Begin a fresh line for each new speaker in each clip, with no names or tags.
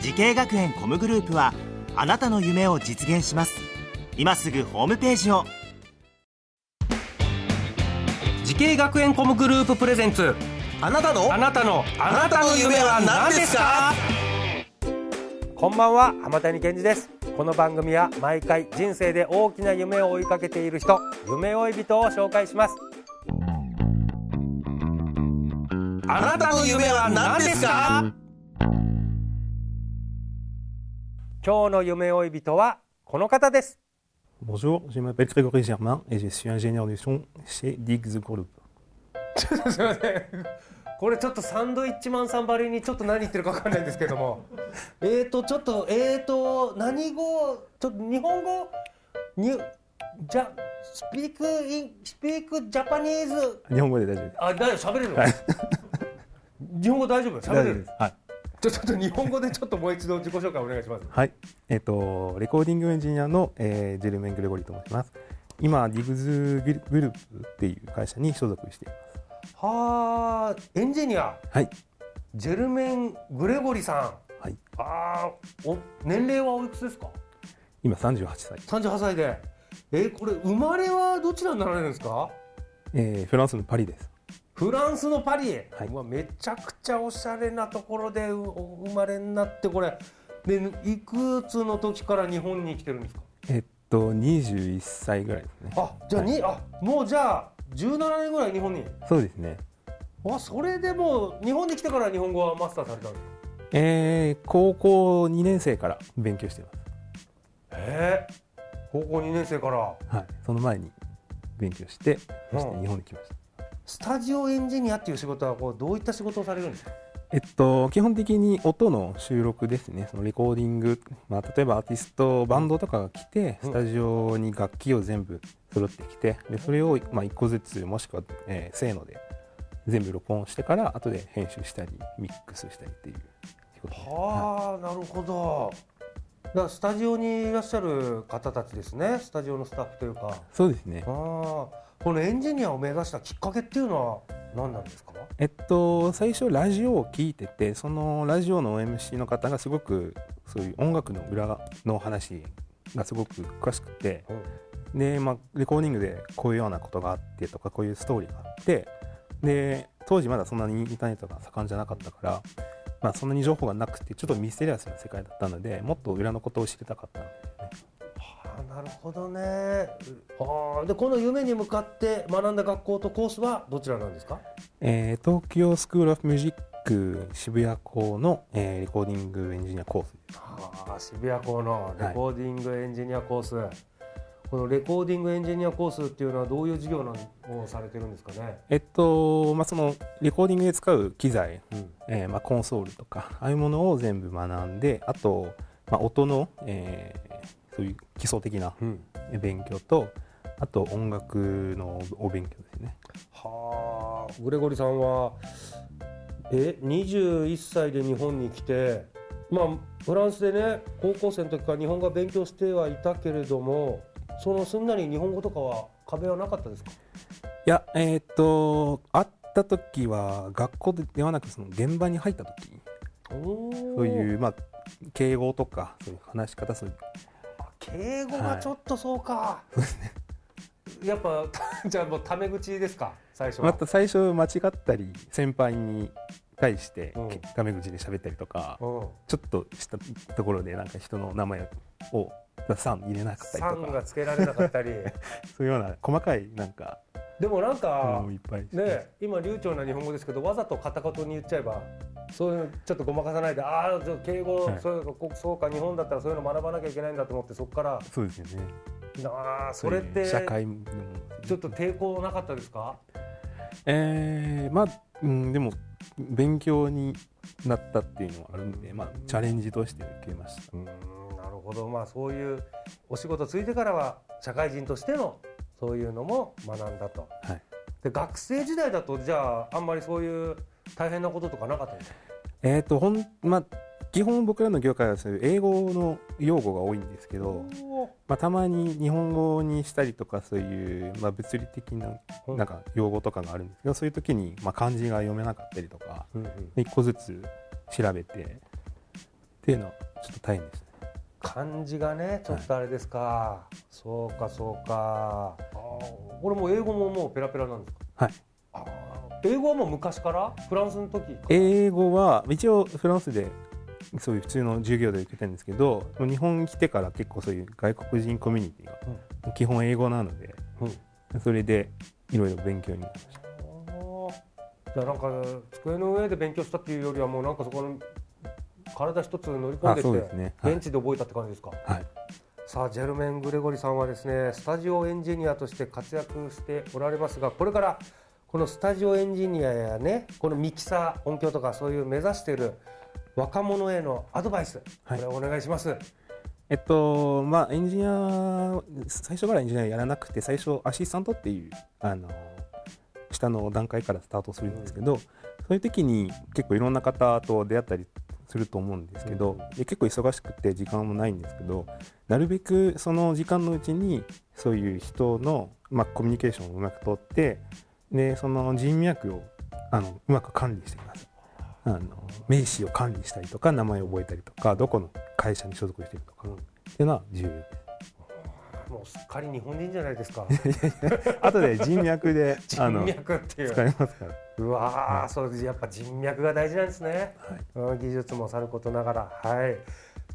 時系学園コムグループはあなたの夢を実現します今すぐホームページを
時系学園コムグループプレゼンツ
あなたの
あなたのあなたの夢は何ですか
こんばんは浜谷健二ですこの番組は毎回人生で大きな夢を追いかけている人夢追い人を紹介します
あなたの夢は何ですか
今日の夢追い人はこの方です
Bonjour, je m'appelle Grégory Germain et je suis ingénieur du son chez Diggs Group.
すいません これちょっとサンドイッチマンさんばりにちょっと何言ってるかわかんないんですけどもえーとちょっとえーと何語ちょっと日本語にじゃスピークインスピークジャパニーズ
日本語で大丈夫です。
あ大丈夫喋れるの日本語大丈夫喋れる
はい。
ちょちょっと日本語でちょっともう一度自己紹介お願いします
はい。えっ、と、レコーディングエンジニアの、えージェルメン・グレゴリーと申します。今、ディグズグループっていう会社に所属しています。
はあエンジニア
はい。
ジェルメン・グレゴリさん
はい。
あーお年齢はおいくつですか
今38歳。
38歳でえーこれ生まれはどちらになられるんですか
えーフランスのパリです。
フランスのパリ、
はいう
わめちゃくちゃおしゃれなところでうお生まれになってこれでいくつの時から日本に来てるんですか
えっ、と、21歳ぐらいですね。
あじゃあ,、にあもうじゃあ17年ぐらい日本に
そうですね。
あそれでもう日本に来てから日本語はマスターされたんですか
えー高校2年生から勉強していま
ええ高校2年生から
す。はい。その前に勉強して、そし
う
て
ん
日本に来ました。
スタジオエンジニアっていう仕事はこうどういった仕事をされるんですか
えっと、基本的に音の収録ですね、そのレコーディング、まあ、例えばアーティスト、バンドとかが来て、
うん
スタジオに楽器を全部揃ってきて、でそれを、まあ、1個ずつ、もしくは、えー、せーので全部録音してから、後で編集したり、ミックスしたりっていう仕事です
はあ、なるほどだからスタジオにいらっしゃる方たちですねスタジオのスタッフというか
そうですね
ああ、このエンジニアを目指したきっかけっていうのは何なんですか
えっと、最初、ラジオを聞いてて、そのラジオの MC の方が、すごくそういう音楽の裏の話がすごく詳しくて。
うん
で、まあ、レコーディングでこういうようなことがあってとかこういうストーリーがあってで当時まだそんなにインターネットが盛んじゃなかったから、まあ、そんなに情報がなくてちょっとミステリアスな世界だったのでもっと裏のことを知りたかったので、
はあ、なるほどねはあ、でこの夢に向かって学んだ学校とコースはどちらなんですか
えー東京スクール・オフ・ミュージック渋谷校の、えーレコーディングエンジニアコースです
ああ渋谷校のレコーディングエンジニアコース、このレコーディングエンジニアコースっていうのはどういう授業なんをされてるんですかね、
えっと、まあ、そのレコーディングで使う機材、
うん
えーまあ、コンソールとかああいうものを全部学んであと、まあ、音の、えーそういう基礎的な勉強とあと音楽のお勉強ですね
はあグレゴリさんはえ21歳で日本に来てまあフランスでね高校生の時から日本語は勉強してはいたけれどもそのすんなり日本語とかは壁はなかったですか
いやえーっと会った時は学校ではなくその現場に入った時そ
そう
いうまあ敬語とかそういう話し方そういう
敬語がちょっとそうか、やっぱじゃあもうタメ口ですか最初は、
また最初間違ったり先輩に対して
うん
タメ口で喋ったりとか
うん
ちょっとしたところでなんか人の名前を「さん」入れなかったり
さ
と
んが
か
つけられなかったり
そういうような細かいなんか
でもなん か、
もいっぱいして
ね、今流暢な日本語ですけどわざと片言に言っちゃえばそういうのちょっとごまかさないでああじゃあ敬語、
はい
そういうこそうか日本だったらそういうの学ばなきゃいけないんだと思ってそこから
そうですよね
ああそれっ
そうい
て
う社会の
ちょっと抵抗なかったですか
えー、まあ、うん、でも勉強になったっていうのもあるんで、まあ、チャレンジとして受けました。
うんなるほどまあそういうお仕事ついてからは社会人としてのそういうのも学んだと
はい、
で学生時代だとじゃああんまりそういう大変なこととかなかったんですか
えっ、とほん、まあ、基本僕らの業界はそういう英語の用語が多いんですけど、まあ、たまに日本語にしたりとかそういう、まあ、物理的な
うん
なんか用語とかがあるんですけどそういう時に、まあ、漢字が読めなかったりとか
うんうん
一個ずつ調べてっていうのはちょっと大変ですね。
漢字がねちょっとあれですか、そうかそうかあー俺もう英語ももうペラペラなんですか
はい、
あー英語はもう昔からフランスの時から
英語は一応フランスでそういう普通の授業で受けてるんですけどもう日本に来てから結構そういう外国人コミュニティが基本英語なので、それでいろいろ勉強になりました。
じゃあなんか机の上で勉強したっていうよりはもうなんかそこの体一つ乗り込んで
あそうで
っ
す
て、
ねはい
ベンチで覚えたって感じですか、
はい、
さあジェルメン・グレゴリさんはですねスタジオエンジニアとして活躍しておられますがこれからこのスタジオエンジニアやねこのミキサー音響とかそういう目指している若者へのアドバイス、
はい
これお願いします。
えっとまあエンジニア最初からエンジニアやらなくて最初アシスタントっていうあの下の段階からスタートするんですけど、そういう時に結構いろんな方と出会ったりすると思うんですけど、で結構忙しくて時間もないんですけどなるべくその時間のうちにそういう人の、まあ、コミュニケーションをうまく取ってでその人脈をあのうまく管理してください。あの名刺を管理したりとか名前を覚えたりとかどこの会社に所属してるとか、っていうのは重要で
もうすっかり日本人じゃないですか
す。あとで人 脈であ
人
の
脈っていう
使えますから。
うわー、そうですやっぱ人脈が大事なんですね、うん技術もさることながらはい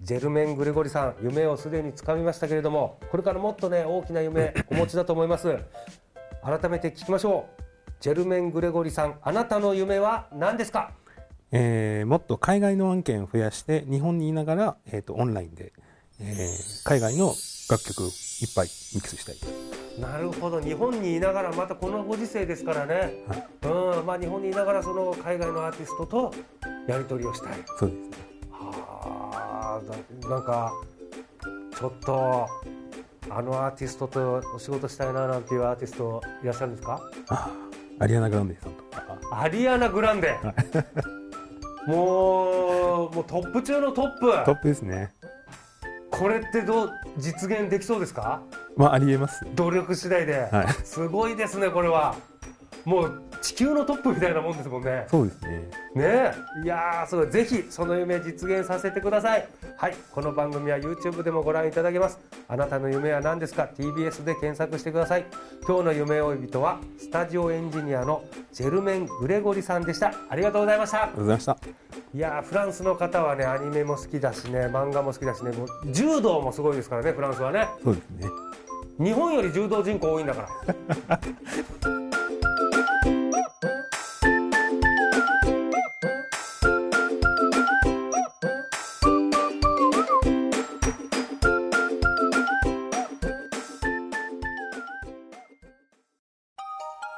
ジェルメン・グレゴリさん夢をすでにつかみましたけれどもこれからもっとね大きな 夢お持ちだと思います改めて聞きましょうジェルメン・グレゴリさんあなたの夢は何ですか
えーもっと海外の案件を増やして日本にいながら、えー、とオンラインで、えー海外の楽曲をいっぱいミックスしたい。
なるほど日本にいながらまたこのご時世ですからね、うんまあ、日本にいながらその海外のアーティストとやり取りをしたい
そうですね。
はあななんかちょっとあのアーティストとお仕事したいななんていうアーティストいらっしゃるんですか
あーアリアナ・グランデさんとか。
アリアナ・グラン デもうもうトップ中のトップ
トップですね。
これってどう実現できそうですか
まあありえます。
努力次第で、
はい
すごいですねこれはもう地球のトップみたいなもんですもんね
そうですね。
ねえいやーすごいぜひその夢実現させてくださいはいこの番組は YouTube でもご覧いただけますあなたの夢は何ですか TBS で検索してください今日の夢追い人はスタジオエンジニアのジェルメン・グレゴリさんでしたありがとうございました
ありがとうございました。
いやーフランスの方はねアニメも好きだしね漫画も好きだしねもう柔道もすごいですからねフランスはね
そうですね。
日本より柔道人口多いんだから